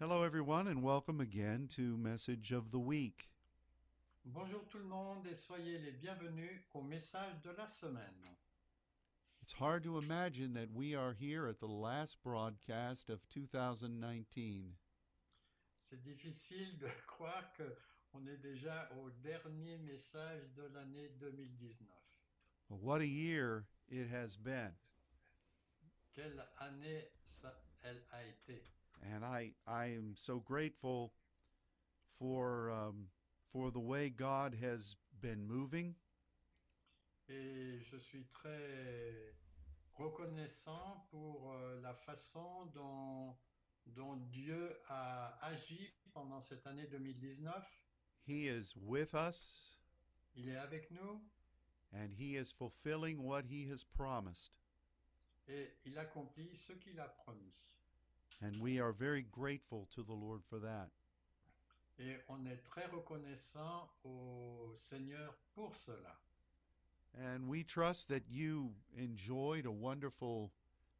Hello, everyone, and welcome again to Message of the Week. Bonjour tout le monde et soyez les bienvenus au message de la semaine. It's hard to imagine that we are here at the last broadcast of 2019. C'est difficile de croire que on est déjà au dernier message de l'année 2019. But what a year it has been. Quelle année ça, elle a été. And I, I am so grateful for, um, for the way God has been moving. Et je suis très reconnaissant pour euh, la façon dont, dont Dieu a agi pendant cette année 2019. He is with us, Il est avec nous and He is fulfilling what He has promised. et il accomplit ce qu'il a promis. And we are very grateful to the Lord for that. Et on est très reconnaissant au Seigneur pour cela. And we trust that you enjoyed a wonderful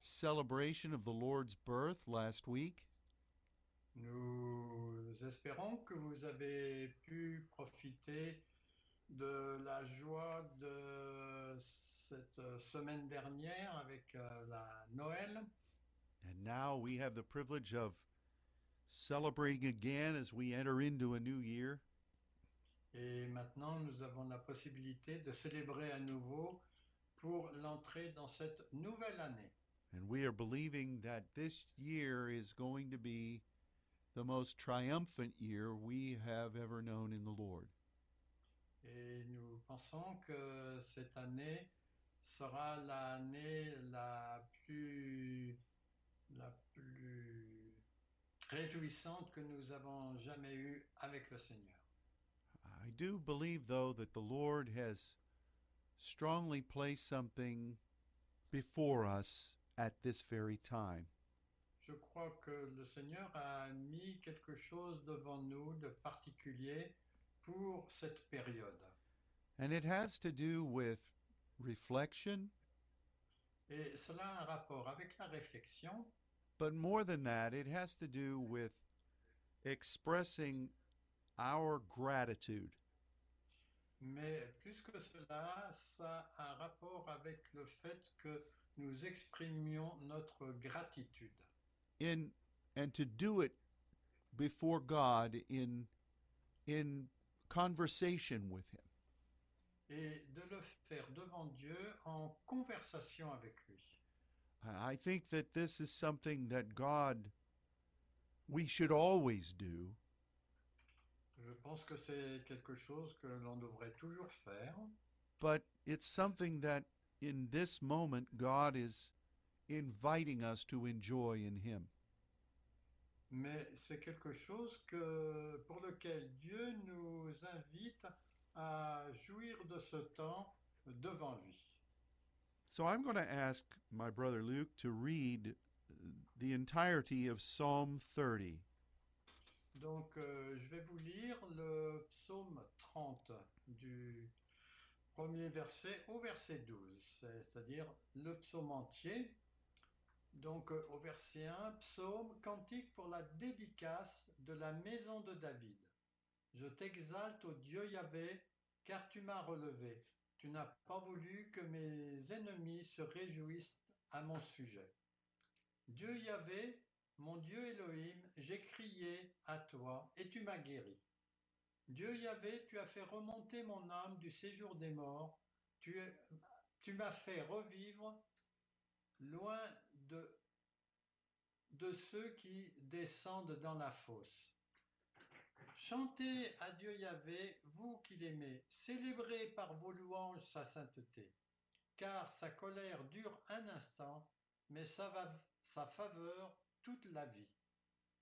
celebration of the Lord's birth last week. Nous espérons que vous avez pu profiter de la joie de cette semaine dernière avec euh, la Noël. And now we have the privilege of celebrating again as we enter into a new year. Et maintenant, nous avons la possibilité de célébrer à nouveau pour l'entrée dans cette nouvelle année. And we are believing that this year is going to be the most triumphant year we have ever known in the Lord. Et nous pensons que cette année sera l'année la plus, la plus réjouissante que nous avons jamais eue avec le Seigneur. I do believe, though, that the Lord has strongly placed something before us at this very time. Je crois que le Seigneur a mis quelque chose devant nous de particulier pour cette période. And it has to do with reflection, Et cela a un rapport avec la réflexion, but more than that, it has to do with expressing our gratitude. mais plus que cela, ça a un rapport avec le fait que nous exprimions notre gratitude. in and to do it before God in in conversation with him. et de le faire devant Dieu en conversation avec lui. I I think that this is something that God we should always do, Je pense que c'est quelque chose que l'on devrait toujours faire, but it's something that in this moment God is inviting us to enjoy in him. mais c'est quelque chose que, pour lequel Dieu nous invite à jouir de ce temps devant lui. So I'm going to ask my brother Luke to read uh, the entirety of Psalm 30. Donc euh, je vais vous lire le psaume 30 du premier verset au verset 12, c'est- c'est-à-dire le psaume entier. Donc euh, au verset 1, psaume cantique pour la dédicace de la maison de David. Je t'exalte, ô Dieu Yahvé, car tu m'as relevé. Tu n'as pas voulu que mes ennemis se réjouissent à mon sujet. Dieu Yahvé, mon Dieu Elohim, j'ai crié à toi et tu m'as guéri. Dieu Yahvé, tu as fait remonter mon âme du séjour des morts, tu, tu m'as fait revivre loin de, de ceux qui descendent dans la fosse. Chantez à Dieu Yahvé, vous qui l'aimez, célébrez par vos louanges sa sainteté, car sa colère dure un instant, mais sa, va- sa faveur toute la vie.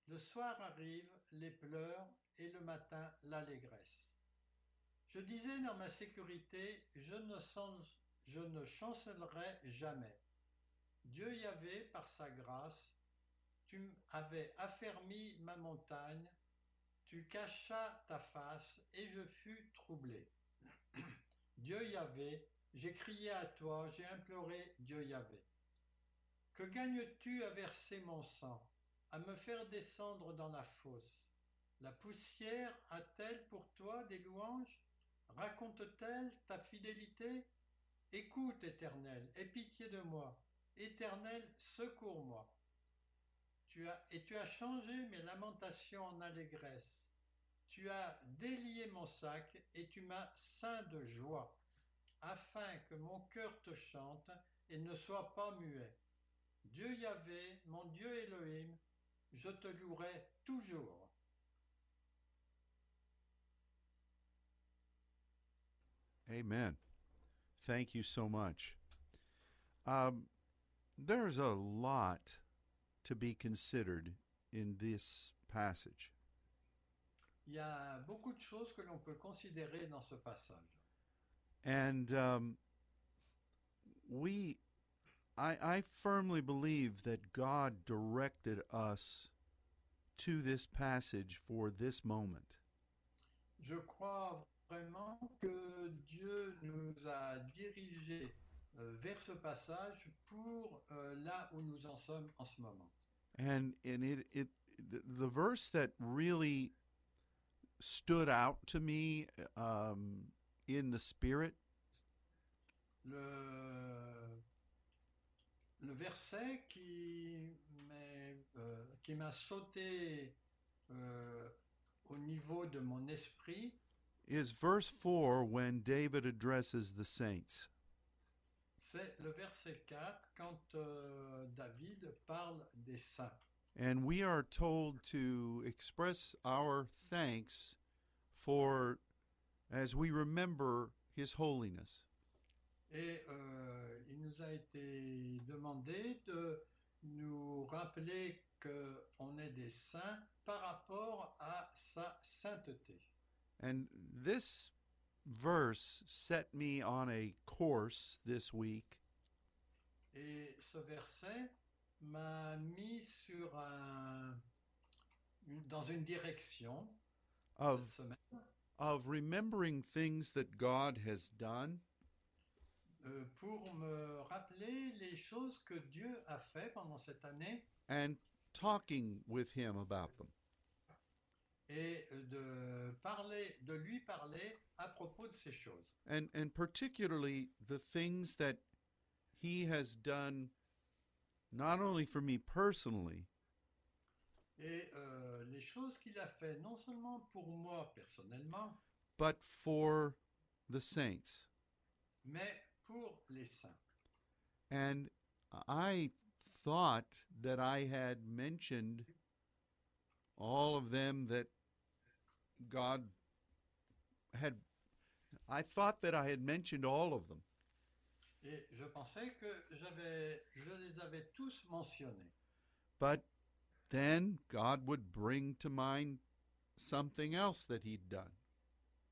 Le soir arrive les pleurs et le matin l'allégresse. Je disais dans ma sécurité, je ne, sens- je ne chancellerai jamais. Dieu Yahvé, par sa grâce, tu avais affermi ma montagne, tu cachas ta face et je fus troublé. Dieu Yahvé, j'ai crié à toi, j'ai imploré Dieu Yahvé. Que gagnes-tu à verser mon sang, à me faire descendre dans la fosse. La poussière a-t-elle pour toi des louanges Raconte-t-elle ta fidélité Écoute, Éternel, aie pitié de moi. Éternel, secours-moi. Tu as, et tu as changé mes lamentations en allégresse. Tu as délié mon sac et tu m'as ceint de joie, afin que mon cœur te chante et ne soit pas muet. Dieu Yahvé, mon Dieu Elohim, je te louerai toujours. Amen. Thank you so much. Um, there's a lot to be considered in this passage. Il y a beaucoup de choses que l'on peut considérer dans ce passage. And um, we, I, I firmly believe that God directed us to this passage for this moment. Je crois vraiment que Dieu nous a dirigés euh, vers ce passage pour euh, là où nous en sommes en ce moment. And, and it, it, the- the verse that really stood out to me um, in the spirit Le, le verset qui m'est, euh, qui m'a sauté euh, au niveau de mon esprit, is verse 4 when David addresses the saints. c'est le verset 4 quand euh, David parle des saints. And we are told to express our thanks for, as we remember his holiness. Et euh, il nous a été demandé de nous rappeler qu'on est des saints par rapport à sa sainteté. And this verse set me on a course this week Et ce verset m'a mis sur un, une- dans une direction cette of, semaine of remembering things that God has done euh, pour me rappeler les choses que Dieu a fait pendant cette année and talking with him about them. et euh, de parler, de lui parler à propos de ces choses. and and particularly the things that he has done not only for me personally et euh, les choses qu'il a fait non seulement pour moi personnellement, but for the saints mais pour les saints. and i thought that i had mentioned all of them that god had i thought that i had mentioned all of them Et je pensais que j'avais, je les avais tous mentionnés. but then god would bring to mind something else that he'd done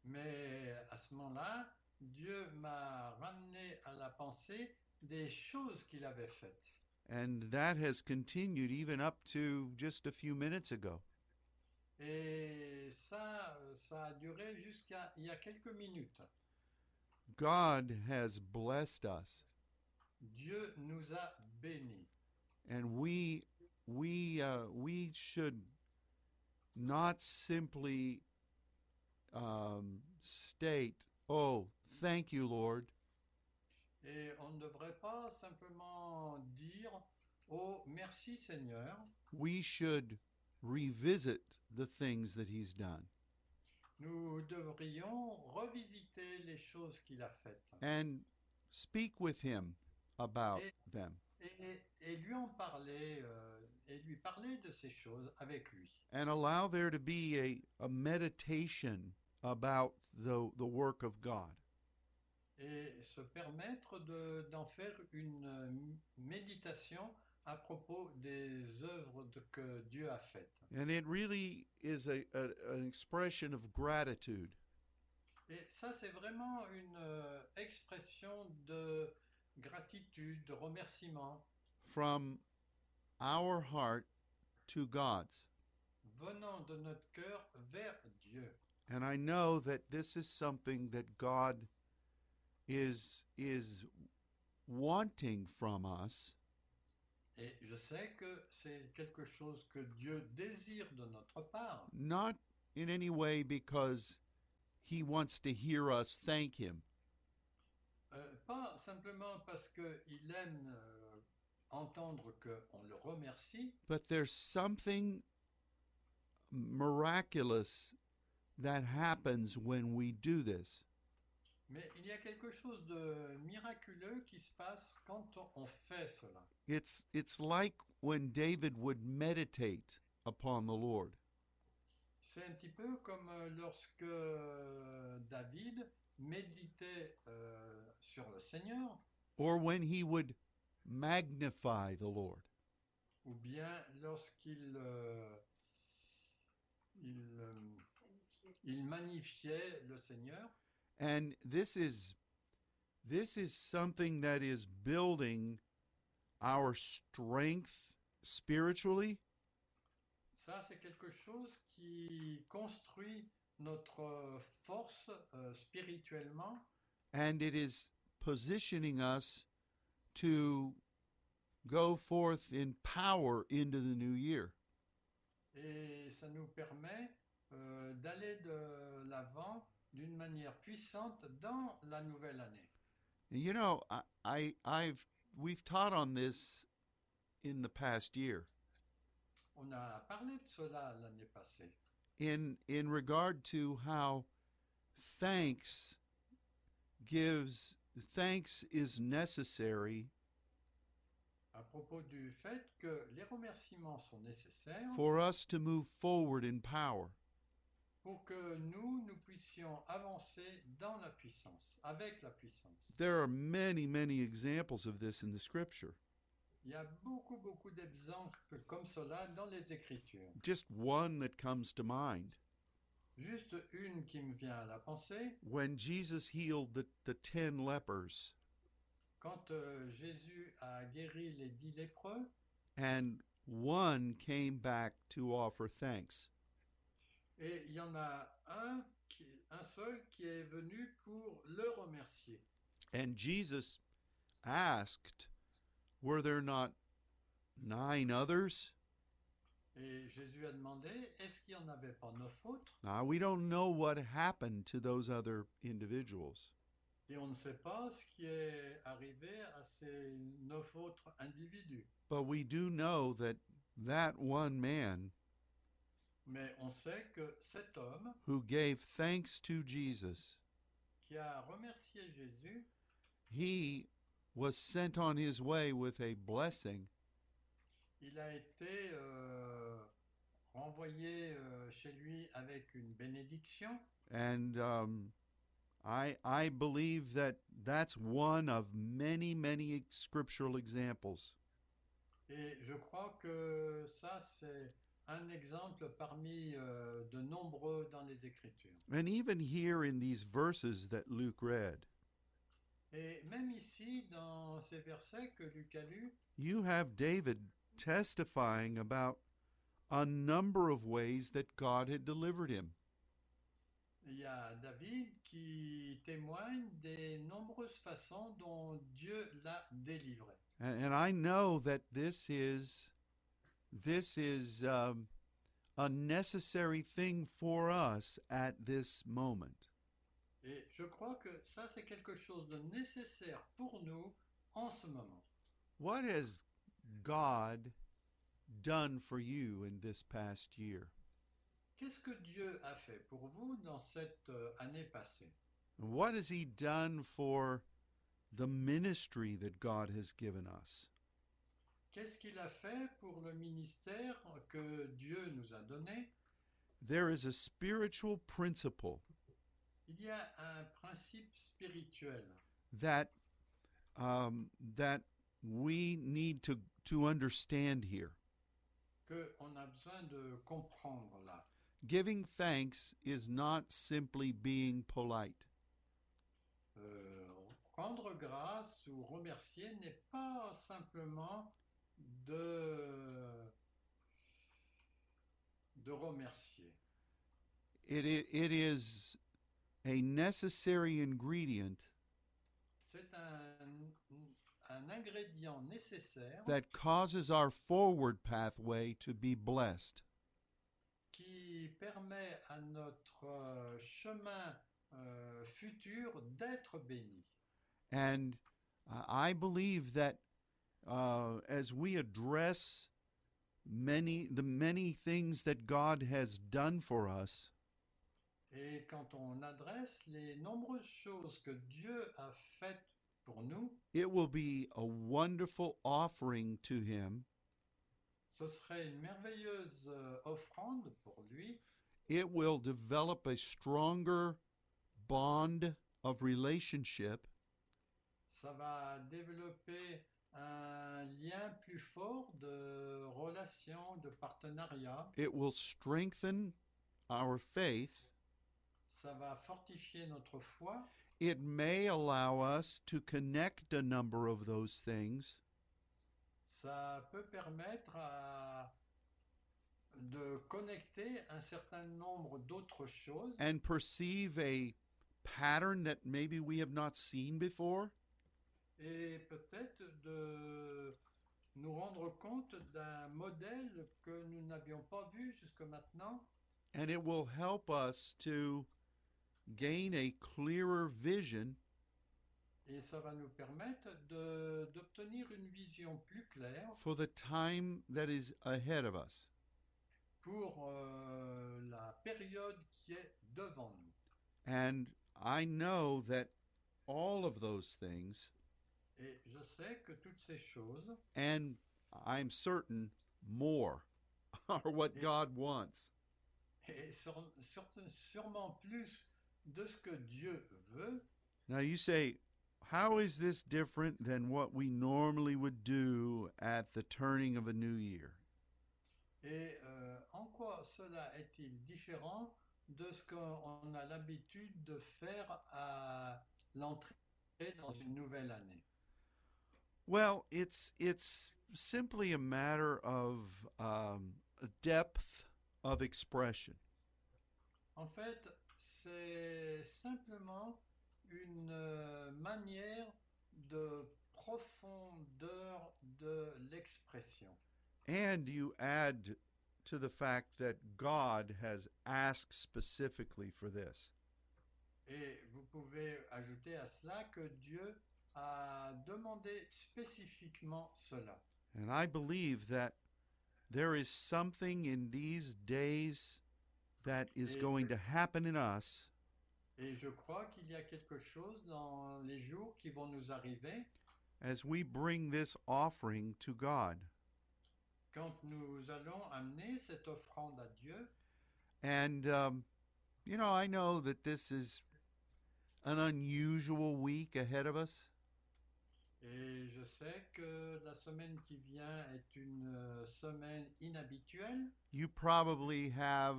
Mais à ce moment-là, Dieu m'a ramené à la pensée des choses qu'il avait faites. And that has continued even up to just a few minutes ago. Et ça, euh, ça a duré jusqu'à il y a quelques minutes. God has blessed us, Dieu nous a bénis. and we we uh, we should not simply um, state, "Oh, thank you, Lord," Et on ne devrait pas simplement dire, oh merci Seigneur, we should revisit the things that He's done Nous devrions revisiter les choses qu'il a faites and speak with Him about them. et, et lui en parler euh, et lui parler de ces choses avec lui and allow there to be a, a meditation about the, the work of God. et se permettre de- d'en faire une euh, méditation à propos des œuvres de- que Dieu a faites. And it really is a, a, an expression of gratitude. Et ça, c'est vraiment une euh, expression de gratitude, de remerciement from our heart to God's. venant de notre cœur vers Dieu. And I know that this is something that God is is wanting from us Et je sais que c'est quelque chose que Dieu désire de notre part, not in any way because he wants to hear us thank him, Euh, pas simplement parce qu'il aime euh, entendre qu'on le remercie, but there's something miraculous that happens when we do this. mais il y a quelque chose de miraculeux qui se passe quand on- on fait cela. It's it's like when David would meditate upon the Lord. C'est un petit peu comme euh, lorsque euh, David méditait euh, sur le Seigneur, or when he would magnify the Lord. ou bien lorsqu'il euh, il, euh, il magnifiait le Seigneur. And this is this is something that is building our strength spiritually Ça, c'est quelque chose qui construit notre euh, force euh, spirituellement and it is positioning us to go forth in power into the new year. et ça nous permet euh, d'aller de l'avant d'une manière puissante dans la nouvelle année. You know, I, I I've we've taught on this in the past year On a parlé de cela l'année passée in in regard to how thanks gives thanks is necessary à propos du fait que les remerciements sont nécessaires for us to move forward in power pour que nous, nous puissions avancer dans la puissance, avec la puissance. there are many many examples of this in the scripture Il y a beaucoup, beaucoup d'exemples comme cela dans les Écritures. just one that comes to mind Juste une qui me vient à la pensée, when jesus healed the, the ten lepers quand euh, Jésus a guéri les dix lépreux, and one came back to offer thanks et il y en a un, qui- un seul qui est venu pour le remercier. and jesus asked were there not nine others Et Jésus a demandé, est-ce qu'il n'y en avait pas neuf autres Now, we don't know what happened to those other individuals, Et on ne sait pas ce qui est arrivé à ces neuf autres individus. but we do know that that one man Mais on sait que cet homme who gave thanks to Jesus, qui a remercié Jésus, he was sent on his way with a blessing, il a été euh, renvoyé euh, chez lui avec une bénédiction. and um, I I believe that that's one of many many scriptural examples. Et je crois que ça, c'est un exemple parmi euh, de nombreux dans les Écritures. And even here in these verses that Luke read, Et même ici, dans ces versets que Luc a lus, you have David testifying about a number of ways that God had delivered him. il y a David qui témoigne des nombreuses façons dont Dieu l'a délivré. And, and I know that this is this is um, a necessary thing for us at this moment. Et je crois que ça, c'est quelque chose de nécessaire pour nous en ce moment. What has God done for you in this past year? Qu'est-ce que Dieu a fait pour vous dans cette euh, année passée And What has He done for the ministry that God has given us? Qu'est-ce qu'il a fait pour le ministère que Dieu nous a donné There is a spiritual principle Il y a un principe spirituel that um, that we need to to understand here. qu'on a besoin de comprendre là. Giving thanks is not simply being polite. Euh, rendre grâce ou remercier n'est pas simplement de, de remercier. It, it it is a necessary ingredient C'est un, un ingrédient nécessaire that causes our forward pathway to be blessed. qui permet à notre euh, chemin euh, futur d'être béni. And uh, I believe that uh, as we address many the many things that God has done for us, Et quand on adresse les nombreuses choses que Dieu a faites pour nous, it will be a wonderful offering to Him. ce serait une merveilleuse euh, offrande pour lui It will develop a stronger bond of relationship, ça va développer un lien plus fort de relation, de partenariat. it will strengthen our faith. Ça va fortifier notre foi. It may allow us to connect a number of those things. Ça peut permettre à- de connecter un certain nombre d'autres choses and perceive a pattern that maybe we have not seen before. et peut-être de nous rendre compte d'un modèle que nous n'avions pas vu jusque maintenant And it will help us to gain a clearer vision et ça va nous permettre de- d'obtenir une vision plus claire for the time that is ahead of us. pour euh, la période qui est devant nous. And I know that all of those things, Et je sais que toutes ces choses, and I'm certain more, are what God wants. et sur- sur- sûrement plus de ce que Dieu veut, Now you say, how is this different than what we normally would do at the turning of a new year? et euh, en quoi cela est-il différent de ce qu'on a l'habitude de faire à l'entrée dans une nouvelle année. Well, it's it's simply a matter of um, depth of expression. En fait, c'est simplement une euh, manière de profondeur de l'expression. And you add to the fact that God has asked specifically for this. Et vous pouvez ajouter à cela que Dieu a demandé spécifiquement cela. And I believe that there is something in these days that is going to happen in us Et je crois qu'il y a quelque chose dans les jours qui vont nous arriver as we bring this offering to God. quand nous allons amener cette offrande à Dieu. And um, you know, I know that this is an unusual week ahead of us. Et je sais que la semaine qui vient est une euh, semaine inhabituelle. you probably have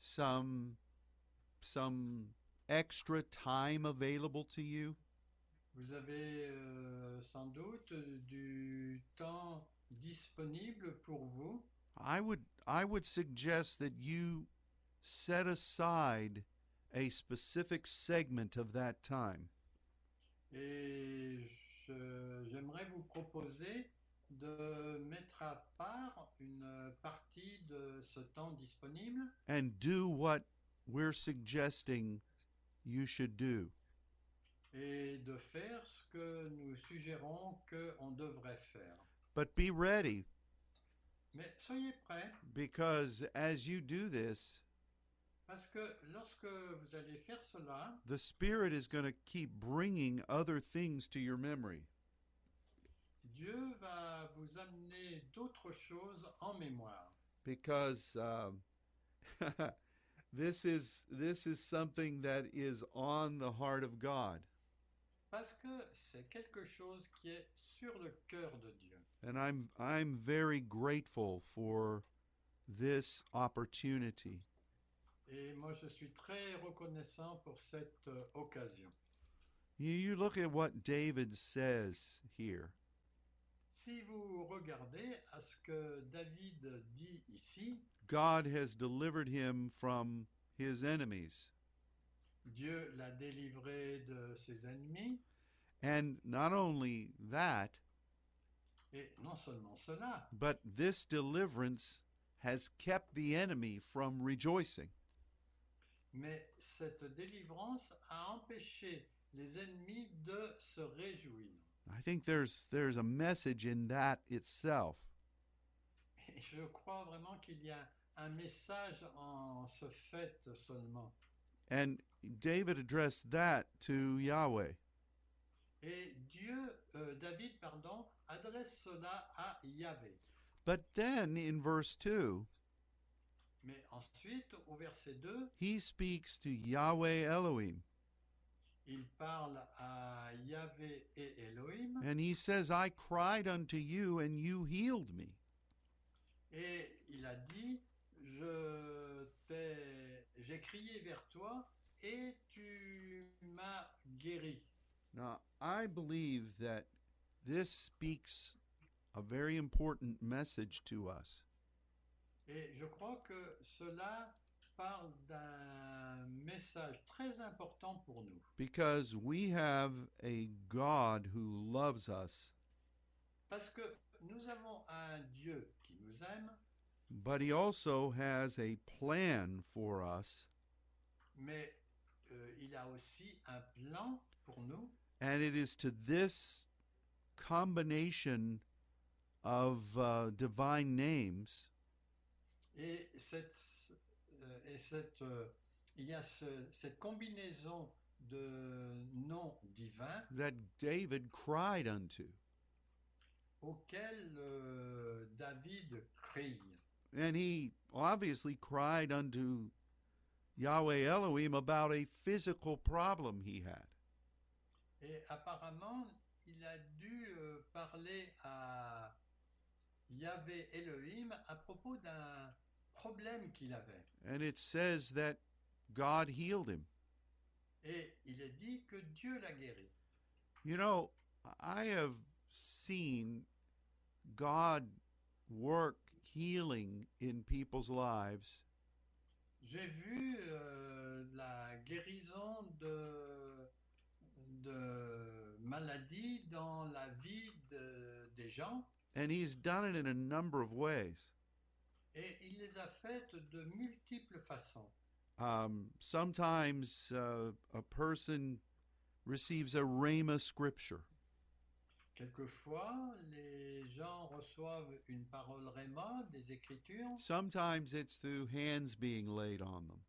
some some extra time available to you Vous avez euh, sans doute du temps disponible pour vous. i would i would suggest that you set aside a specific segment of that time Et je- j'aimerais vous proposer de mettre à part une partie de ce temps disponible and do what we're suggesting you should do et de faire ce que nous suggérons qu'on devrait faire. but be ready Mais soyez prêts, because as you do this parce que lorsque vous allez faire cela, the spirit is going to keep bringing other things to your memory Dieu va vous amener d'autres choses en mémoire. because um, this is this is something that is on the heart of God, Parce que c'est quelque chose qui est sur le cœur de Dieu. and I'm I'm very grateful for this opportunity. Et moi, je suis très reconnaissant pour cette euh, occasion. You, you look at what David says here. Si vous regardez à ce que David dit ici, God has delivered him from his enemies, Dieu l'a délivré de ses ennemis And not only that, Et non seulement cela, but this deliverance has kept the enemy from rejoicing. mais cette délivrance a empêché les ennemis de se réjouir. I think there's there's a message in that itself. Et je crois vraiment qu'il y a un message en ce fait seulement. And David addressed that to Yahweh. Et Dieu, euh, David, pardon, adresse cela à Yahvé. But then in verse 2, Mais ensuite, au verset 2, he speaks to Yahweh Elohim il parle à Yahvé et Elohim and he says, I cried unto you and you healed me. et il a dit, je t'ai, j'ai crié vers toi et tu m'as guéri. Now, I believe that this speaks a very important message to us. Et je crois que cela parle d'un message très important pour nous. Because we have a God who loves us, Parce que nous avons un Dieu qui nous aime, but He also has a plan for us, mais euh, il a aussi un plan pour nous. and it is to this combination of uh, divine names Et cette, euh, et cette, euh, il y a ce- cette combinaison de noms divins that David cried unto. auxquels euh, David crie. And he obviously cried unto Yahweh Elohim about a physical problem he had. Et apparemment, il a dû euh, parler à Yahvé Elohim à propos d'un problème qu'il avait. And it says that God healed him. Et il est dit que Dieu l'a guéri. You know, I have seen God work healing in people's lives, J'ai vu euh, la guérison de, de maladies dans la vie de- des gens and He's done it in a number of ways. et il les a faites de multiples façons. Um, sometimes uh, a person receives a Rhema scripture. Quelquefois, les gens reçoivent une parole Réma des Écritures, Sometimes it's through hands being laid on them.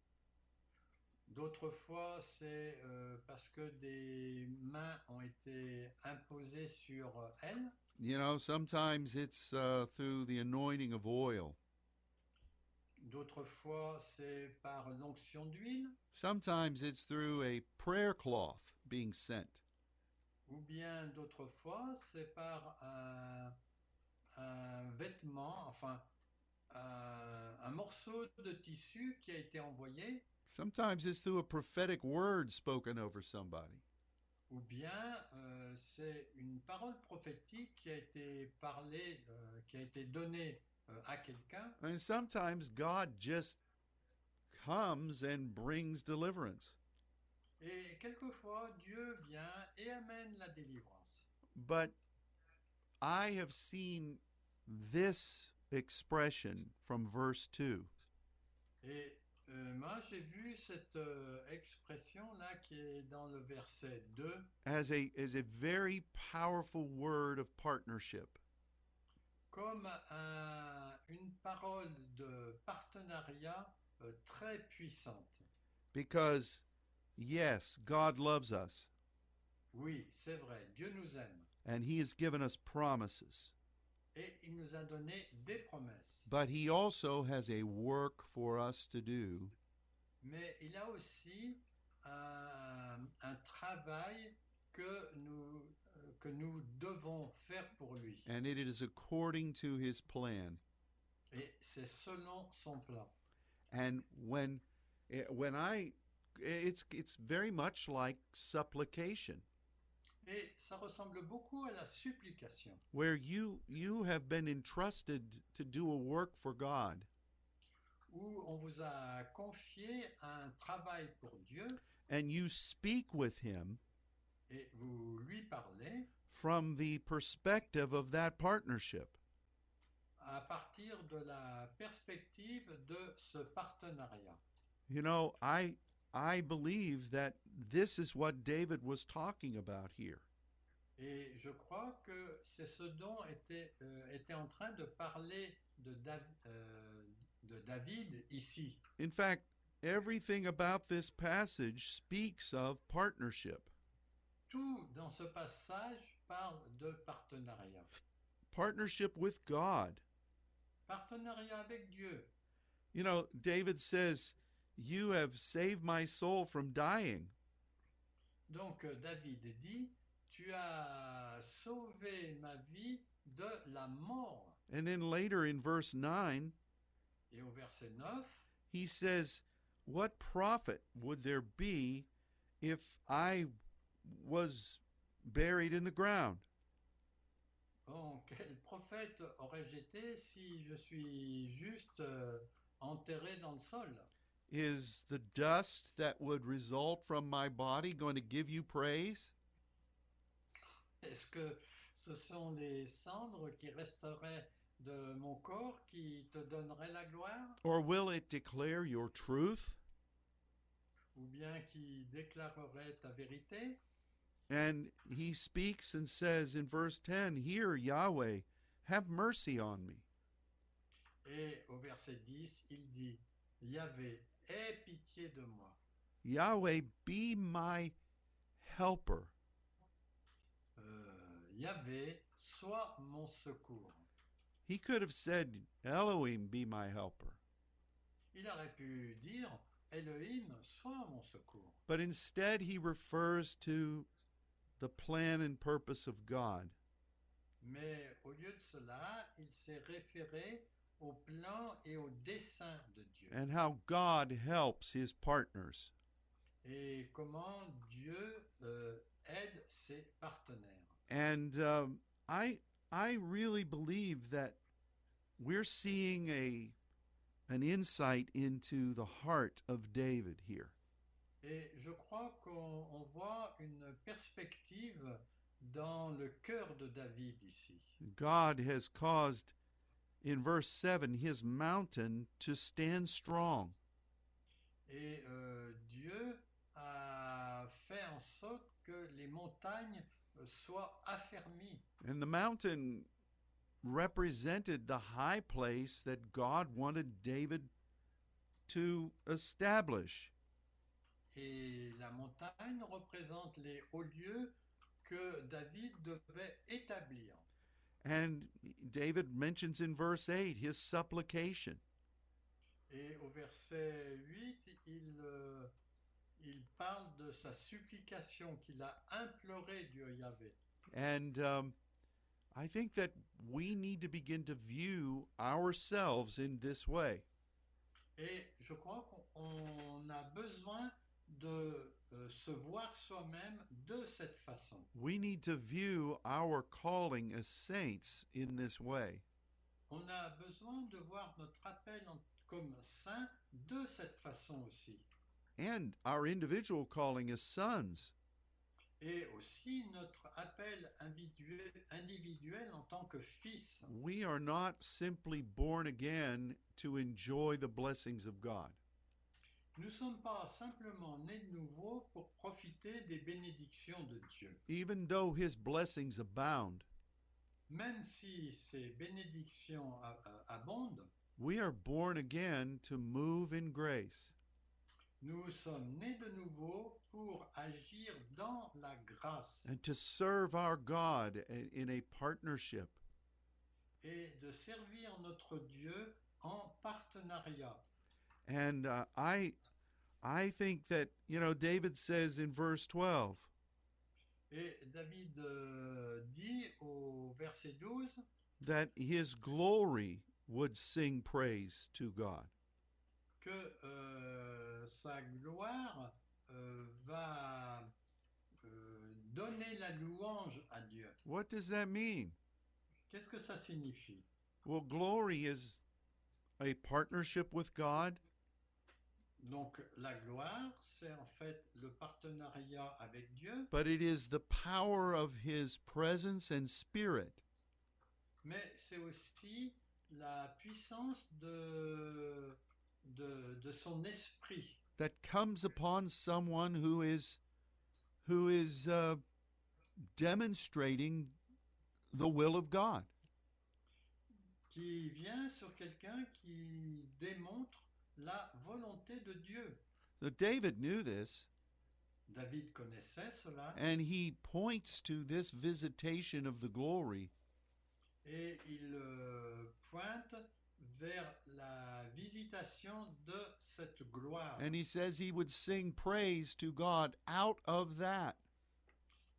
d'autres fois c'est euh, parce que des mains ont été imposées sur euh, elles, You know, sometimes it's uh, through the anointing of oil. d'autres fois c'est par l'onction d'huile, Sometimes it's through a prayer cloth being sent. ou bien d'autres fois c'est par un, un vêtement, enfin un, un morceau de tissu qui a été envoyé, Sometimes it's through a prophetic word spoken over somebody. ou bien euh, c'est une parole prophétique qui a été parlée, euh, qui a été donnée euh, à quelqu'un, And sometimes God just comes and brings deliverance. et quelquefois Dieu vient et amène la délivrance. But I have seen this expression from verse 2 Et euh, moi j'ai vu cette expression là qui est dans le verset 2. as a, as a very powerful word of partnership. comme un- une parole de partenariat euh, très puissante. Because, yes, God loves us Oui, c'est vrai, Dieu nous aime and He has given us promises, et il nous a donné des promesses. but He also has a work for us to do Mais il a aussi un, un travail que nous, euh, que nous devons faire pour lui. and it is according to his plan. Et c'est selon son plan. And when eh, when I eh, it's it's very much like supplication Et ça ressemble beaucoup à la supplication, where you you have been entrusted to do a work for God où on vous a confié un travail pour Dieu and you speak with him et et vous lui parlez from the perspective of that partnership. à partir de la perspective de ce partenariat. You know, I I believe that this is what David was talking about here. Et je crois que c'est ce dont était, euh, était en train de parler de, Dav- euh, de David ici. In fact, everything about this passage speaks of partnership. Tout dans ce passage parle de partenariat. Partnership with God. Partenariat avec Dieu. You know, David says, "You have saved my soul from dying." Donc euh, David dit, tu as sauvé ma vie de la mort. And then later in verse 9, Et au verset 9, he says, What profit would there be if I was buried in the ground? Oh, quel prophète aurais-je été si je suis juste euh, enterré dans le sol Is the dust that would result from my body going to give you praise? Est-ce que ce sont les cendres qui resteraient de mon corps qui te donneraient la gloire Or will it declare your truth? ou bien qui déclareraient ta vérité And he speaks and says in verse 10, Here, Yahweh, have mercy on me. Et au verset 10, il dit, Yahvé, aie pitié de moi. Yahweh, be my helper. Euh, Yahvé, sois mon secours. He could have said, Elohim, be my helper. Il aurait pu dire, Elohim, sois mon secours. But instead, he refers to the plan and purpose of God. Mais au lieu de cela, il s'est référé au plan et au dessein de Dieu and how God helps his partners. et comment Dieu euh, aide ses partenaires. And um, I I really believe that we're seeing a an insight into the heart of David here. Et je crois qu'on on voit une perspective dans le cœur de David ici. God has caused in verse 7 his mountain to stand strong. Et euh, Dieu a fait en sorte que les montagnes euh, soient affermies. And the mountain represented the high place that God wanted David to establish. Et la montagne représente les hauts lieux que David devait établir. And David mentions in verse 8 his supplication. Et au verset 8, il, euh, il parle de sa supplication qu'il a implorée Dieu Yahvé. And um, I think that we need to begin to view ourselves in this way. Et je crois qu'on on a besoin de euh, se voir soi-même de cette façon. We need to view our calling as saints in this way. On a besoin de voir notre appel en- comme saint de cette façon aussi. And our individual calling as sons. Et aussi notre appel individuel, individuel en tant que fils. We are not simply born again to enjoy the blessings of God. Nous ne sommes pas simplement nés de nouveau pour profiter des bénédictions de Dieu. Even though his blessings abound, Même si ces bénédictions a- a- abondent, we are born again to move in grace. nous sommes nés de nouveau pour agir dans la grâce and to serve our God i- in a partnership. et de servir notre Dieu en partenariat. And uh, I, I think that you know David says in verse twelve, Et David euh, dit au verset 12 that his glory would sing praise to God. que euh, sa gloire euh, va euh, donner la louange à Dieu. What does that mean? Qu'est-ce que ça signifie Well, glory is a partnership with God, Donc la gloire, c'est en fait le partenariat avec Dieu, but it is the power of His presence and Spirit. mais c'est aussi la puissance de, de, de son esprit that comes upon someone who is who is uh, demonstrating the will of God. qui vient sur quelqu'un qui démontre la volonté de Dieu. So David knew this, David connaissait cela and he points to this visitation of the glory et il euh, pointe vers la visitation de cette gloire. and he says he would sing praise to God out of that.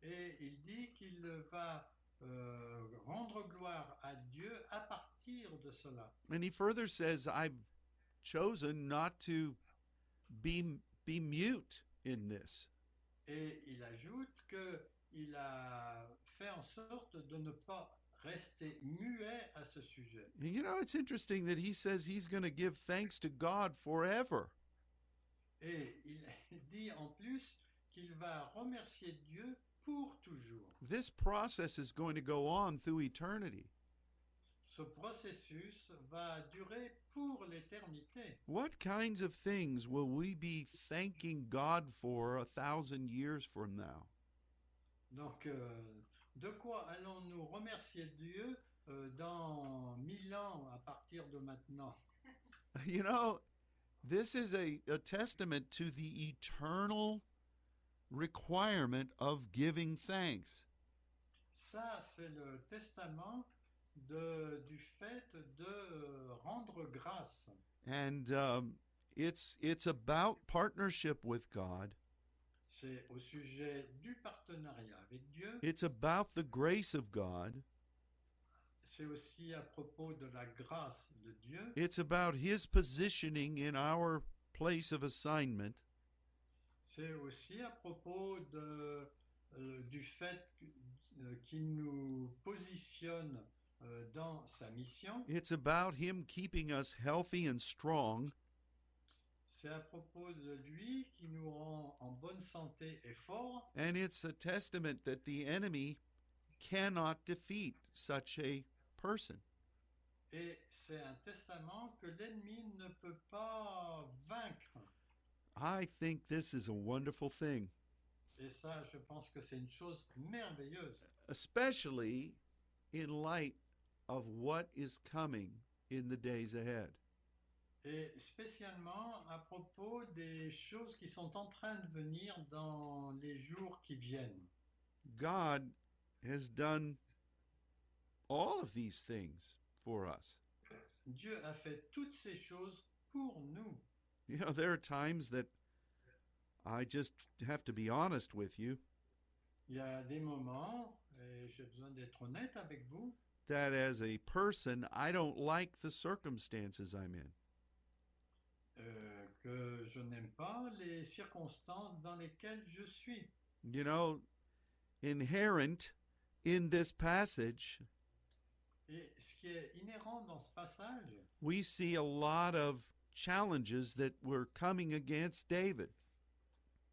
Et il dit qu'il va euh, rendre gloire à Dieu à partir de cela. And he further says I've chosen not to be be mute in this. Et il ajoute que il a fait en sorte de ne pas rester muet à ce sujet. And you know, it's interesting that he says he's going to give thanks to God forever. Et il dit en plus qu'il va remercier Dieu pour toujours. this process is going to go on through eternity. Ce processus va durer pour l'éternité. What kinds of things will we be thanking God for a thousand years from now? Donc, euh, de quoi allons-nous remercier Dieu euh, dans mille ans à partir de maintenant You know, this is a, a testament to the eternal requirement of giving thanks. Ça, c'est le testament de- du fait de euh, rendre grâce. And um, it's, it's about partnership with God, C'est au sujet du partenariat avec Dieu. it's about the grace of God, C'est aussi à propos de la grâce de Dieu. it's about His positioning in our place of assignment. C'est aussi à propos de, euh, du fait que- euh, qu'il nous positionne euh, dans sa mission. It's about Him keeping us healthy and strong. C'est à propos de lui qui nous rend en bonne santé et fort. And it's a testament that the enemy cannot defeat such a person. Et c'est un testament que l'ennemi ne peut pas vaincre. I think this is a wonderful thing, Et ça, je pense que c'est une chose merveilleuse, especially in light of what is coming in the days ahead. et spécialement à propos des choses qui sont en train de venir dans les jours qui viennent. God has done all of these things for us. Dieu a fait toutes ces choses pour nous. You know, there are times that I just have to be honest with you Il y a des moments, et j'ai besoin d'être honnête avec vous, that as a person, I don't like the circumstances I'm in. euh, que je n'aime pas les circonstances dans lesquelles je suis. You know, inherent in this passage, Et ce qui est inhérent dans ce passage, we see a lot of challenges that were coming against David.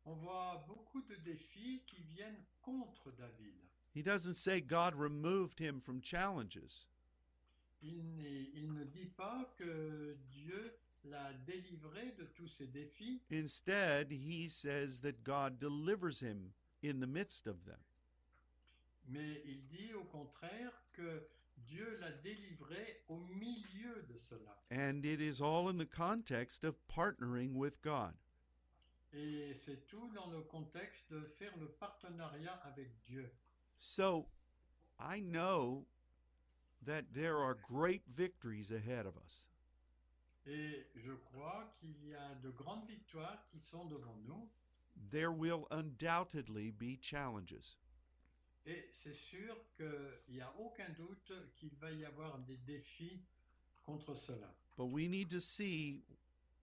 on voit beaucoup de défis qui viennent contre David. He doesn't say God removed him from challenges. Il, n'est- il ne dit pas que Dieu l'a délivré de tous ces défis. Instead, he says that God delivers him in the midst of them. Mais il dit au contraire que Dieu l'a délivré au milieu de cela. And it is all in the context of partnering with God. Et c'est tout dans le contexte de faire le partenariat avec Dieu. So I know that there are great victories ahead of us. Et je crois qu'il y a de grandes victoires qui sont devant nous. There will undoubtedly be challenges. Et c'est sûr qu'il n'y a aucun doute qu'il va y avoir des défis contre cela. But we need to see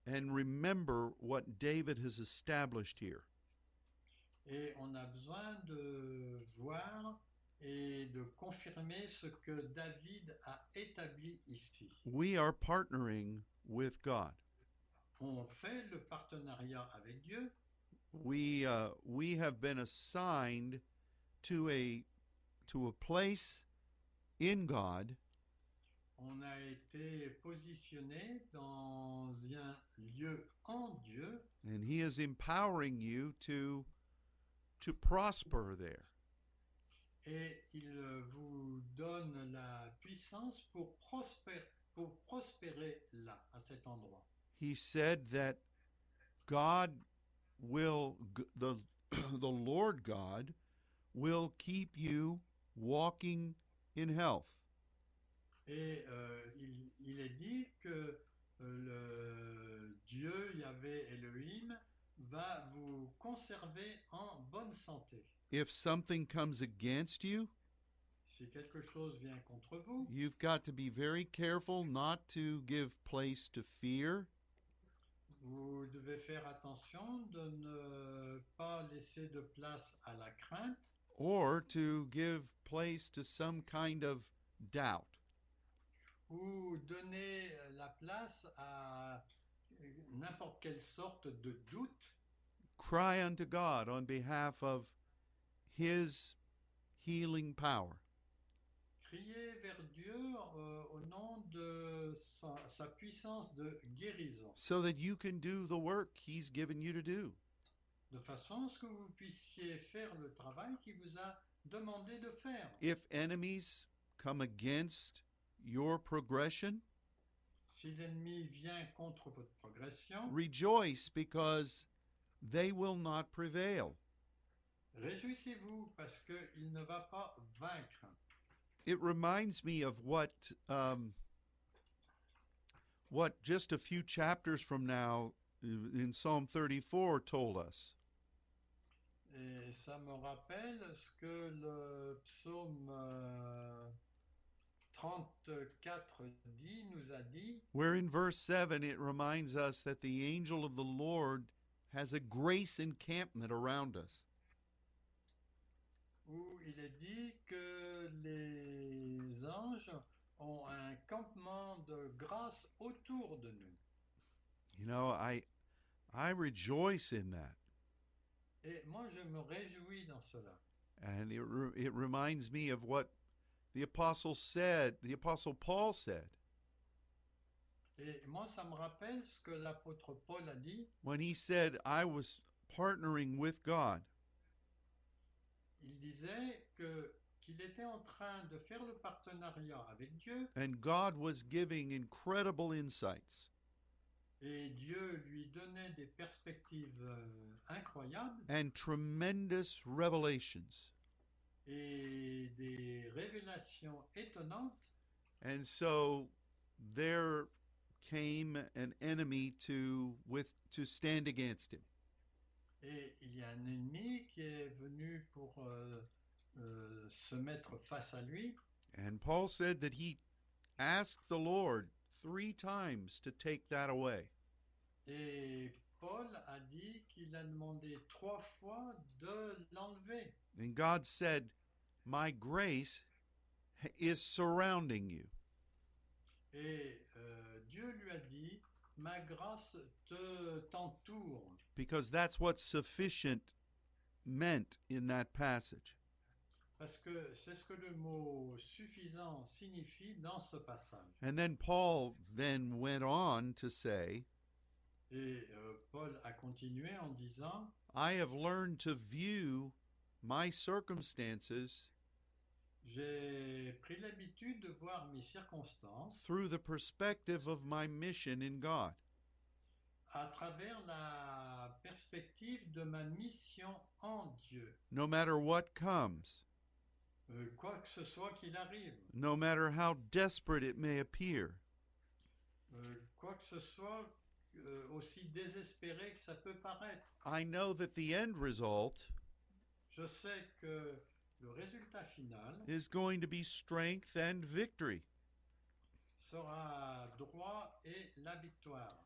and remember what David has established here. Et on a besoin de voir et de confirmer ce que David a établi ici. We are partnering with God. on fait le partenariat avec Dieu, we uh, we have been assigned to a to a place in God on a été positionné dans un lieu en Dieu and he is empowering you to to prosper there et il euh, vous donne la puissance pour prospérer, pour prospérer là, à cet endroit. he said that God will g- the the Lord God will keep you walking in health. Et euh, il, il est dit que euh, le Dieu, Yahvé Elohim, va vous conserver en bonne santé. If something comes against you, Si quelque chose vient contre vous, you've got to be very careful not to give place to fear vous devez faire attention de ne pas laisser de place à la crainte or to give place to some kind of doubt. ou donner euh, la place à euh, n'importe quelle sorte de doute Cry unto God on behalf of his healing power. Crier vers Dieu euh, au nom de sa, sa puissance de guérison, so that you can do the work he's given you to do. de façon à ce que vous puissiez faire le travail qu'il vous a demandé de faire. If enemies come against your progression, Si l'ennemi vient contre votre progression, rejoice because they will not prevail. réjouissez-vous parce qu'il ne va pas vaincre. It reminds me of what um, what just a few chapters from now uh, in Psalm 34 told us. Et ça me rappelle ce que le psaume euh, 34 dit, nous a dit, Where in verse 7 it reminds us that the angel of the Lord has a grace encampment around us. où il est dit que les anges ont un campement de grâce autour de nous. You know, I I rejoice in that. Et moi, je me réjouis dans cela. And it, re- it reminds me of what the apostle said, the apostle Paul said, Et moi, ça me rappelle ce que l'apôtre Paul a dit. when he said, I was partnering with God. Il disait que qu'il était en train de faire le partenariat avec Dieu And God was giving incredible insights. et Dieu lui donnait des perspectives euh, incroyables And tremendous revelations. et des révélations étonnantes. And so there came an enemy to with to stand against him. Et il y a un ennemi qui est venu pour euh, euh, se mettre face à lui. And Paul said that he asked the Lord three times to take that away. Et Paul a dit qu'il a demandé trois fois de l'enlever. And God said, My grace is surrounding you. Et euh, Dieu lui a dit, ma grâce te t'entoure. Because that's what sufficient meant in that passage. Parce que c'est ce que le mot suffisant signifie dans ce passage. And then Paul then went on to say, Et euh, Paul a continué en disant, I have learned to view my circumstances j'ai pris l'habitude de voir mes circonstances through the perspective of my mission in God. à travers la perspective de ma mission en Dieu, No matter what comes, Euh, quoi que ce soit qu'il arrive, no matter how desperate it may appear, euh, quoi que ce soit euh, aussi désespéré que ça peut paraître. I know that the end result Je sais que le résultat final is going to be strength and victory. sera droit et la victoire.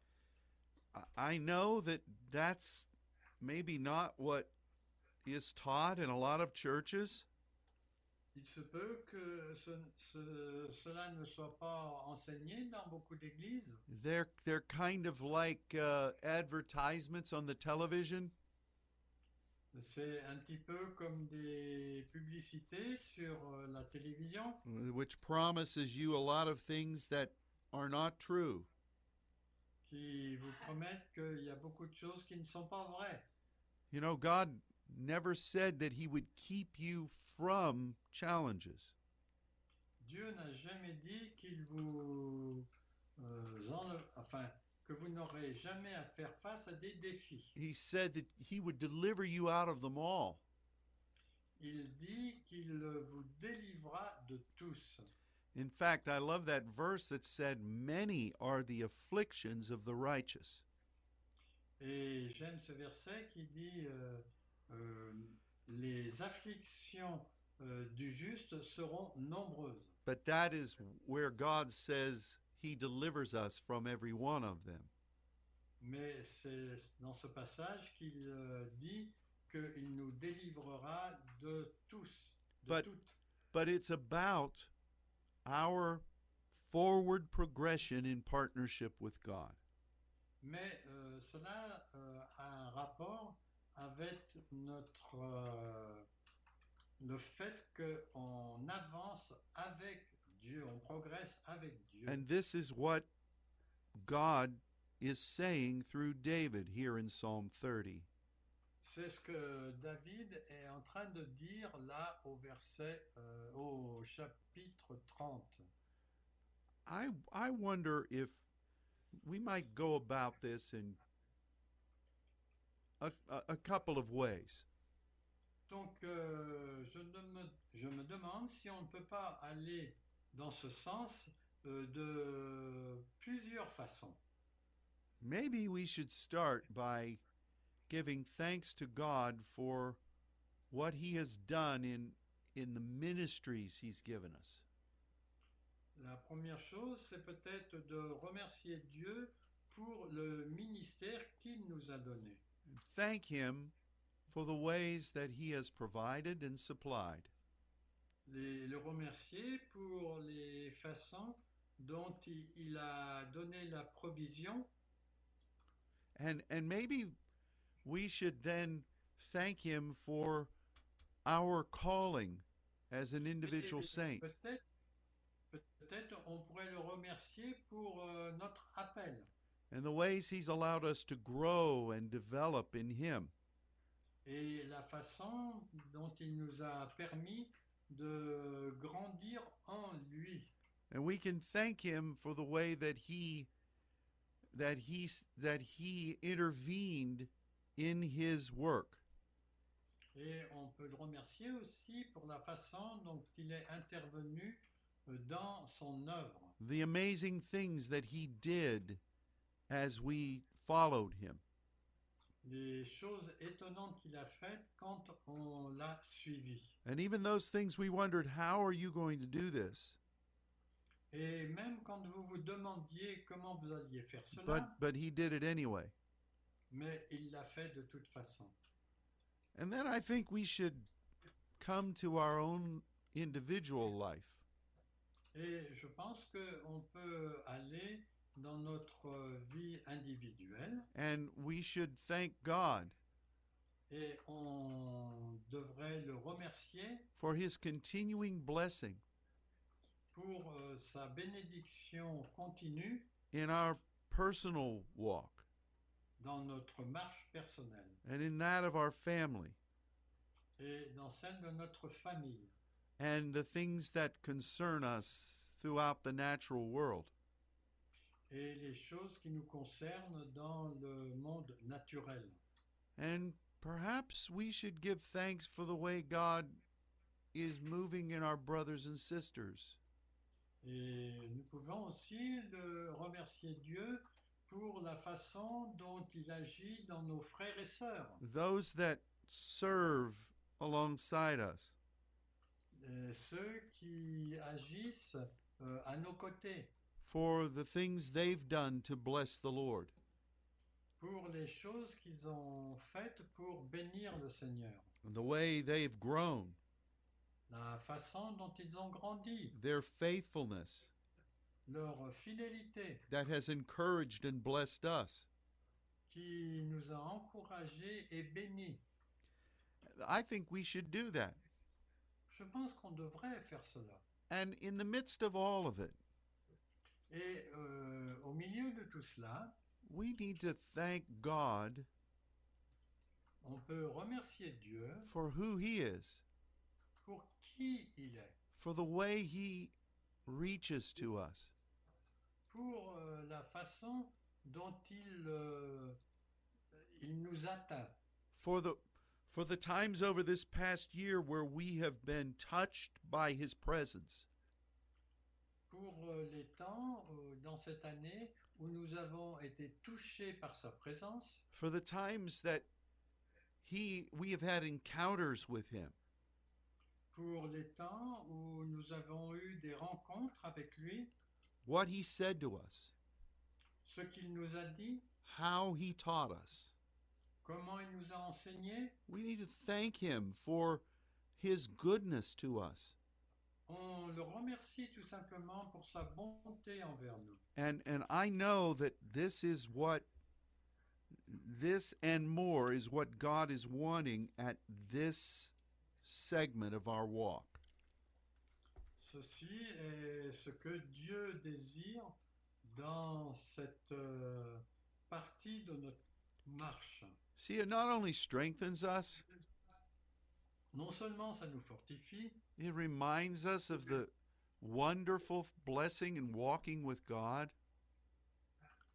I- I know that that's maybe not what is taught in a lot of churches, Il se peut que ce- ce- cela ne soit pas enseigné dans beaucoup d'églises. They're they're kind of like uh, advertisements on the television. C'est un petit peu comme des publicités sur euh, la télévision which promises you a lot of things that are not true. qui vous promettent qu'il y a beaucoup de choses qui ne sont pas vraies. You know, God never said that He would keep you from challenges. Dieu n'a jamais dit qu'il vous euh, enle- enfin que vous n'aurez jamais à faire face à des défis. He said that He would deliver you out of them all. Il dit qu'il vous délivra de tous. In fact, I love that verse that said, Many are the afflictions of the righteous. Et j'aime ce verset qui dit euh, euh, les afflictions euh, du juste seront nombreuses. But that is where God says He delivers us from every one of them. Mais c'est dans ce passage qu'il euh, dit qu'il nous délivrera de tous, de But- toutes. But it's about our forward progression in partnership with God. Mais euh, cela euh, a un rapport avec notre euh, le fait qu'on avance avec Dieu, on progresse avec Dieu. And this is what God is saying through David here in Psalm 30. C'est ce que David est en train de dire là au verset, euh, au chapitre 30. I I wonder if we might go about this in a, a, a couple of ways. Donc, euh, je, ne me, je me demande si on ne peut pas aller dans ce sens euh, de plusieurs façons. Maybe we should start by giving thanks to God for what he has done in in the ministries he's given us. La première chose, c'est peut-être de remercier Dieu pour le ministère qu'il nous a donné. Thank him for the ways that he has provided and supplied. Les- le remercier pour les façons dont il- il a donné la provision and and maybe we should then thank him for our calling as an individual Et saint Peut-être, peut-être on pourrait le remercier pour euh, notre appel and the ways he's allowed us to grow and develop in him et la façon dont il nous a permis de grandir en lui. and we can thank him for the way that he that he s- that he intervened in his work Et on peut le remercier aussi pour la façon dont il est intervenu euh, dans son œuvre, the amazing things that he did as we followed him les choses étonnantes qu'il a faites quand on l'a suivi. and even those things we wondered how are you going to do this Et même quand vous vous demandiez comment vous alliez faire cela, but but he did it anyway. mais il l'a fait de toute façon. And then I think we should come to our own individual life. Et je pense qu'on peut aller dans notre vie individuelle And we should thank God et on devrait le remercier for his continuing blessing pour euh, sa bénédiction continue in our personal walk dans notre marche personnelle and in that of our family et dans celle de notre famille and the things that concern us throughout the natural world. et les choses qui nous concernent dans le monde naturel. And perhaps we should give thanks for the way God is moving in our brothers and sisters. Et nous pouvons aussi le remercier Dieu pour la façon dont il agit dans nos frères et sœurs. those that serve alongside us. Euh, ceux qui agissent euh, à nos côtés For the things they've done to bless the Lord. pour les choses qu'ils ont faites pour bénir le Seigneur, and The way they've grown. la façon dont ils ont grandi, their faithfulness leur fidélité that has encouraged and blessed us. qui nous a encouragés et bénis. I think we should do that. Je pense qu'on devrait faire cela. And in the midst of all of it, Et euh, au milieu de tout cela, we need to thank God on peut remercier Dieu for who He is, pour qui il est, for the way He reaches to us. pour euh, la façon dont il, euh, il nous atteint, for the for the times over this past year where we have been touched by his presence pour euh, les temps euh, dans cette année où nous avons été touchés par sa présence, for the times that he we have had encounters with him pour les temps où nous avons eu des rencontres avec lui, what he said to us ce qu'il nous a dit, how he taught us comment il nous a enseigné, we need to thank him for his goodness to us on le remercie tout simplement pour sa bonté envers nous. and and i know that this is what this and more is what god is wanting at this segment of our walk Ceci est ce que Dieu désire dans cette euh, partie de notre marche. See, it not only strengthens us, Non seulement ça nous fortifie, it reminds us of the wonderful blessing in walking with God,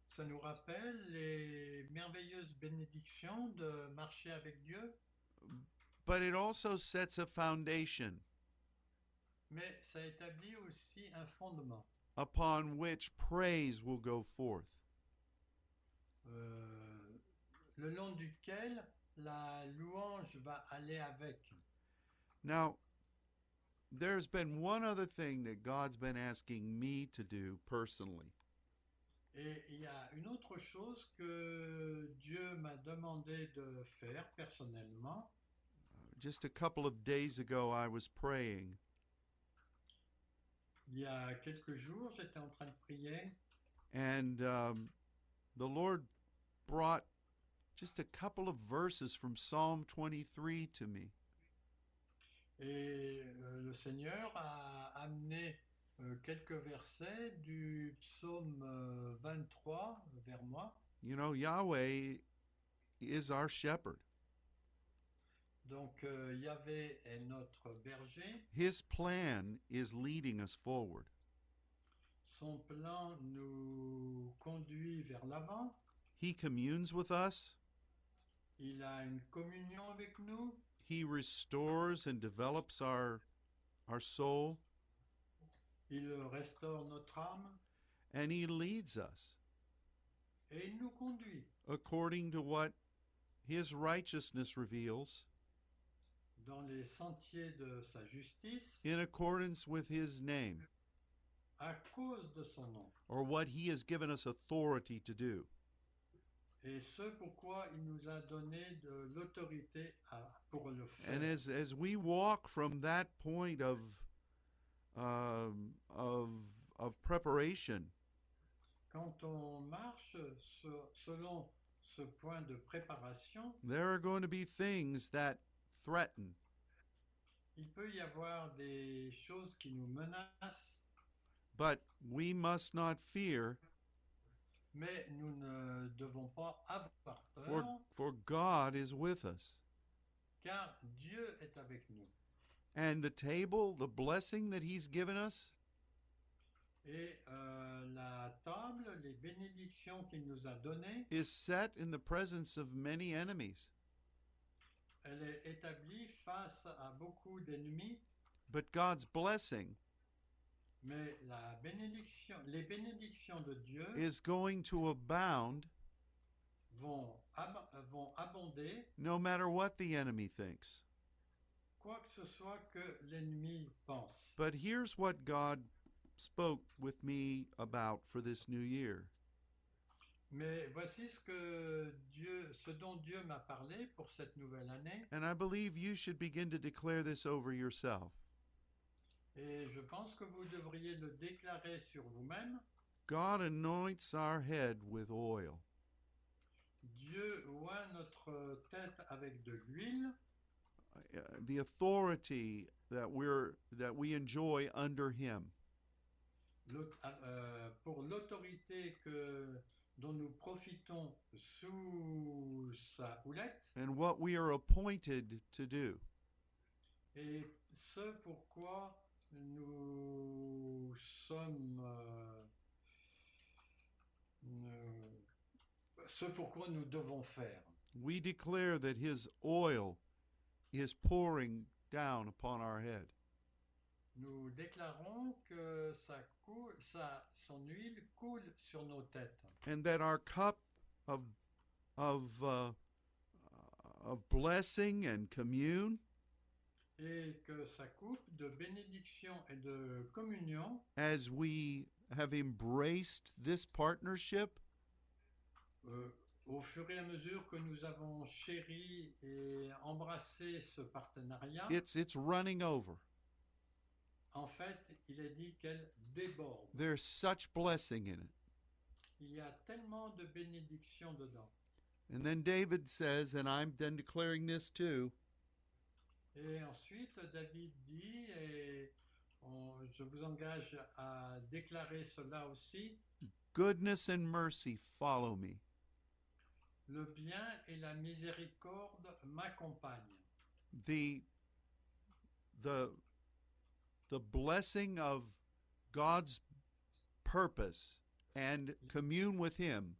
ça nous rappelle les merveilleuses bénédictions de marcher avec Dieu, but it also sets a foundation mais ça établit aussi un fondement upon which praise will go forth. euh, le long duquel la louange va aller avec. Now, there's been one other thing that God's been asking me to do personally, Et il y a une autre chose que Dieu m'a demandé de faire personnellement. just a couple of days ago, I was praying, Il y a quelques jours, j'étais en train de prier and um, the Lord brought just a couple of verses from Psalm 23 to me. et euh, le Seigneur a amené euh, quelques versets du psaume euh, 23 vers moi. You know, Yahweh is our shepherd. Donc euh, Yahvé est notre berger, His plan is leading us forward. son plan nous conduit vers l'avant, He communes with us, il a une communion avec nous, He restores and develops our our soul, il restaure notre âme and He leads us et il nous conduit according to what His righteousness reveals, dans les sentiers de sa justice in accordance with His name, à cause de son nom. or what He has given us authority to do. Et ce pourquoi il nous a donné de l'autorité à- pour le And faire. as as we walk from that point of um, of of preparation Quand on marche sur- selon ce point de préparation, There are going to be things that threaten. il peut y avoir des choses qui nous menacent, But we must not fear, mais nous ne devons pas avoir for, peur, for God is with us. car Dieu est avec nous. And the table, the blessing that He's given us, Et euh, la table, les bénédictions qu'il nous a données, is set in the presence of many enemies. elle est établie face à beaucoup d'ennemis, But God's blessing mais la bénédiction, les bénédictions de Dieu is going to abound vont, ab- vont abonder no matter what the enemy thinks. quoi que ce soit que l'ennemi pense. But here's what God spoke with me about for this new year. Mais voici ce que Dieu, ce dont Dieu m'a parlé pour cette nouvelle année, And I believe you should begin to declare this over yourself. Et je pense que vous devriez le déclarer sur vous-même. God anoints our head with oil. Dieu oint notre tête avec de l'huile. Uh, The authority that we're that we enjoy under him. l'aut- euh, pour l'autorité que dont nous profitons sous sa houlette and what we are appointed to do. et ce pourquoi nous sommes euh, nous- ce pourquoi nous devons faire. We declare that His oil is pouring down upon our head. Nous déclarons que sa, cou- sa- son huile coule sur nos têtes and that our cup of of uh, of blessing and commune et que sa coupe de bénédiction et de communion as we have embraced this partnership Euh, au fur et à mesure que nous avons chéri et embrassé ce partenariat, it's it's running over en fait, il est dit qu'elle déborde. there's such blessing in it Il y a tellement de bénédictions dedans. and then david says and i'm then declaring this too Et ensuite, David dit, et on- je vous engage à déclarer cela aussi, goodness and mercy follow me le bien et la miséricorde m'accompagnent. the the the blessing of God's purpose and commune with him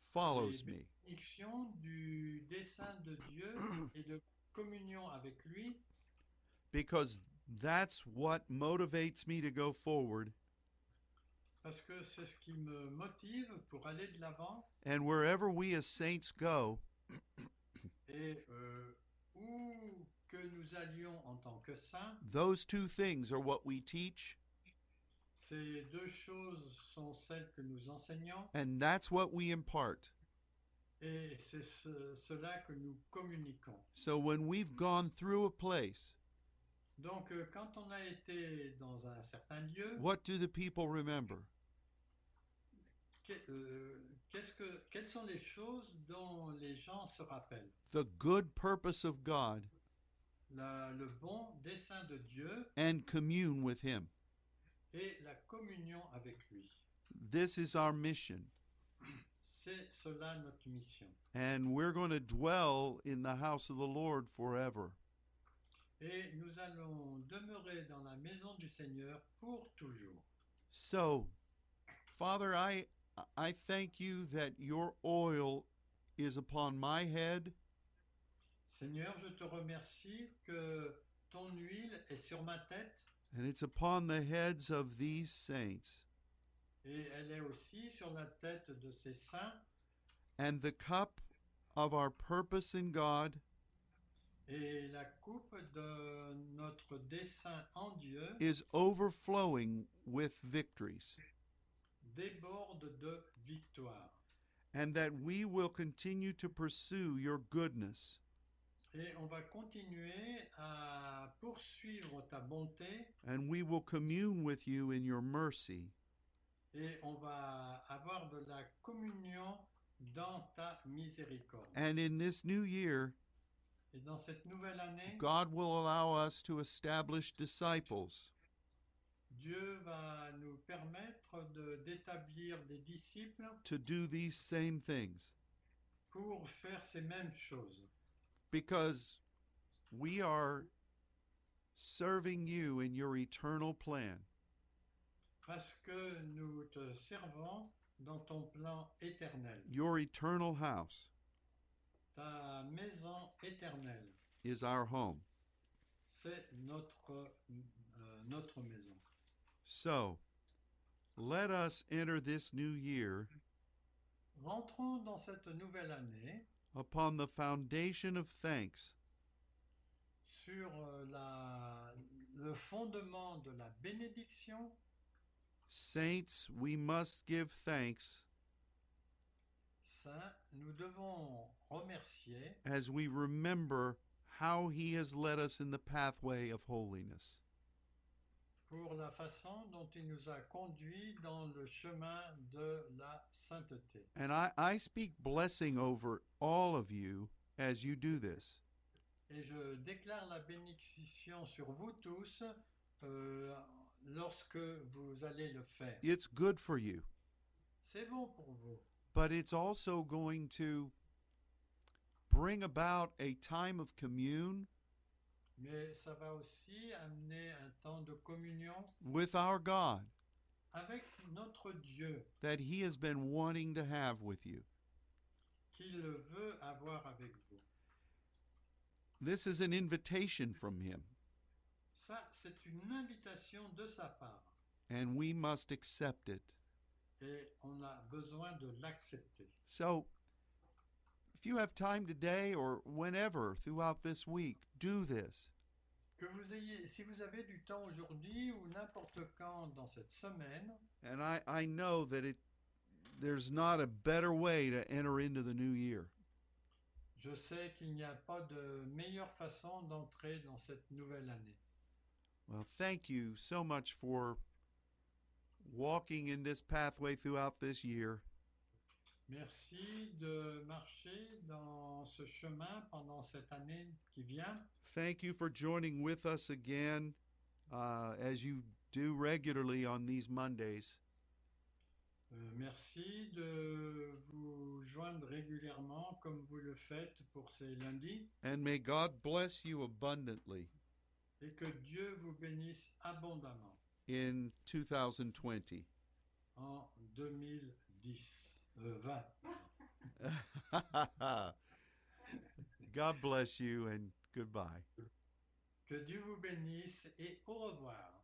follows me. Bénédiction du dessein de Dieu et de communion avec lui Because that's what motivates me to go forward. parce que c'est ce qui me motive pour aller de l'avant And wherever we as saints go, et euh, où que nous allions en tant que saints, those two things are what we teach, ces deux choses sont celles que nous enseignons and that's what we impart. et c'est ce- cela que nous communiquons. So when we've gone through a place, Donc euh, quand on a été dans un certain lieu, what do the people remember? que- euh, qu'est-ce que, quelles sont les choses dont les gens se rappellent The good purpose of God La- Le bon dessein de Dieu and commune with him. et la communion avec lui. This is our mission. C'est cela notre mission. And we're going to dwell in the house of the Lord forever. Et nous allons demeurer dans la maison du Seigneur pour toujours. So, Father, I I thank you that your oil is upon my head Seigneur, je te remercie que ton huile est sur ma tête and it's upon the heads of these saints. et elle est aussi sur la tête de ces saints. And the cup of our purpose in God Et la coupe de notre dessein en Dieu is overflowing with victories. déborde de victoire. And that we will continue to pursue your goodness Et on va continuer à poursuivre ta bonté and we will commune with you in your mercy. et on va avoir de la communion dans ta miséricorde. And in this new year, Et dans cette nouvelle année, God will allow us to establish disciples Dieu va nous permettre de- d'établir des disciples to do these same things pour faire ces mêmes choses. because we are serving you in your eternal plan. Parce que nous te servons dans ton plan éternel. Your eternal house Ta maison éternelle, is our home. c'est notre, euh, notre maison. So let us enter this new year Rentrons dans cette nouvelle année upon the foundation of thanks sur euh, la- le fondement de la bénédiction. Saints, we must give thanks Saint, nous devons remercier as we remember how He has led us in the pathway of holiness. pour la façon dont il nous a conduits dans le chemin de la sainteté. And I, I speak blessing over all of you as you do this. Et je déclare la bénédiction sur vous tous euh, lorsque vous allez le faire. It's good for you, C'est bon pour vous, but it's also going to bring about a time of commune mais ça va aussi amener un temps de communion with our God avec notre Dieu that He has been wanting to have with you. qu'il veut avoir avec vous. This is an invitation from Him, Ça, c'est une invitation de sa part and we must accept it. et on a besoin de l'accepter. So, if you have time today or whenever throughout this week, do this. Que vous ayez, si vous avez du temps aujourd'hui ou n'importe quand dans cette semaine, And I, I know that it there's not a better way to enter into the new year. je sais qu'il n'y a pas de meilleure façon d'entrer dans cette nouvelle année. Well, thank you so much for walking in this pathway throughout this year. Merci de marcher dans ce chemin pendant cette année qui vient. Thank you for joining with us again uh, as you do regularly on these Mondays. Euh, merci de vous joindre régulièrement comme vous le faites pour ces lundis And may God bless you abundantly et que Dieu vous bénisse abondamment in 2020. en 2010, euh, 20. God bless you and goodbye. Que Dieu vous bénisse et au revoir.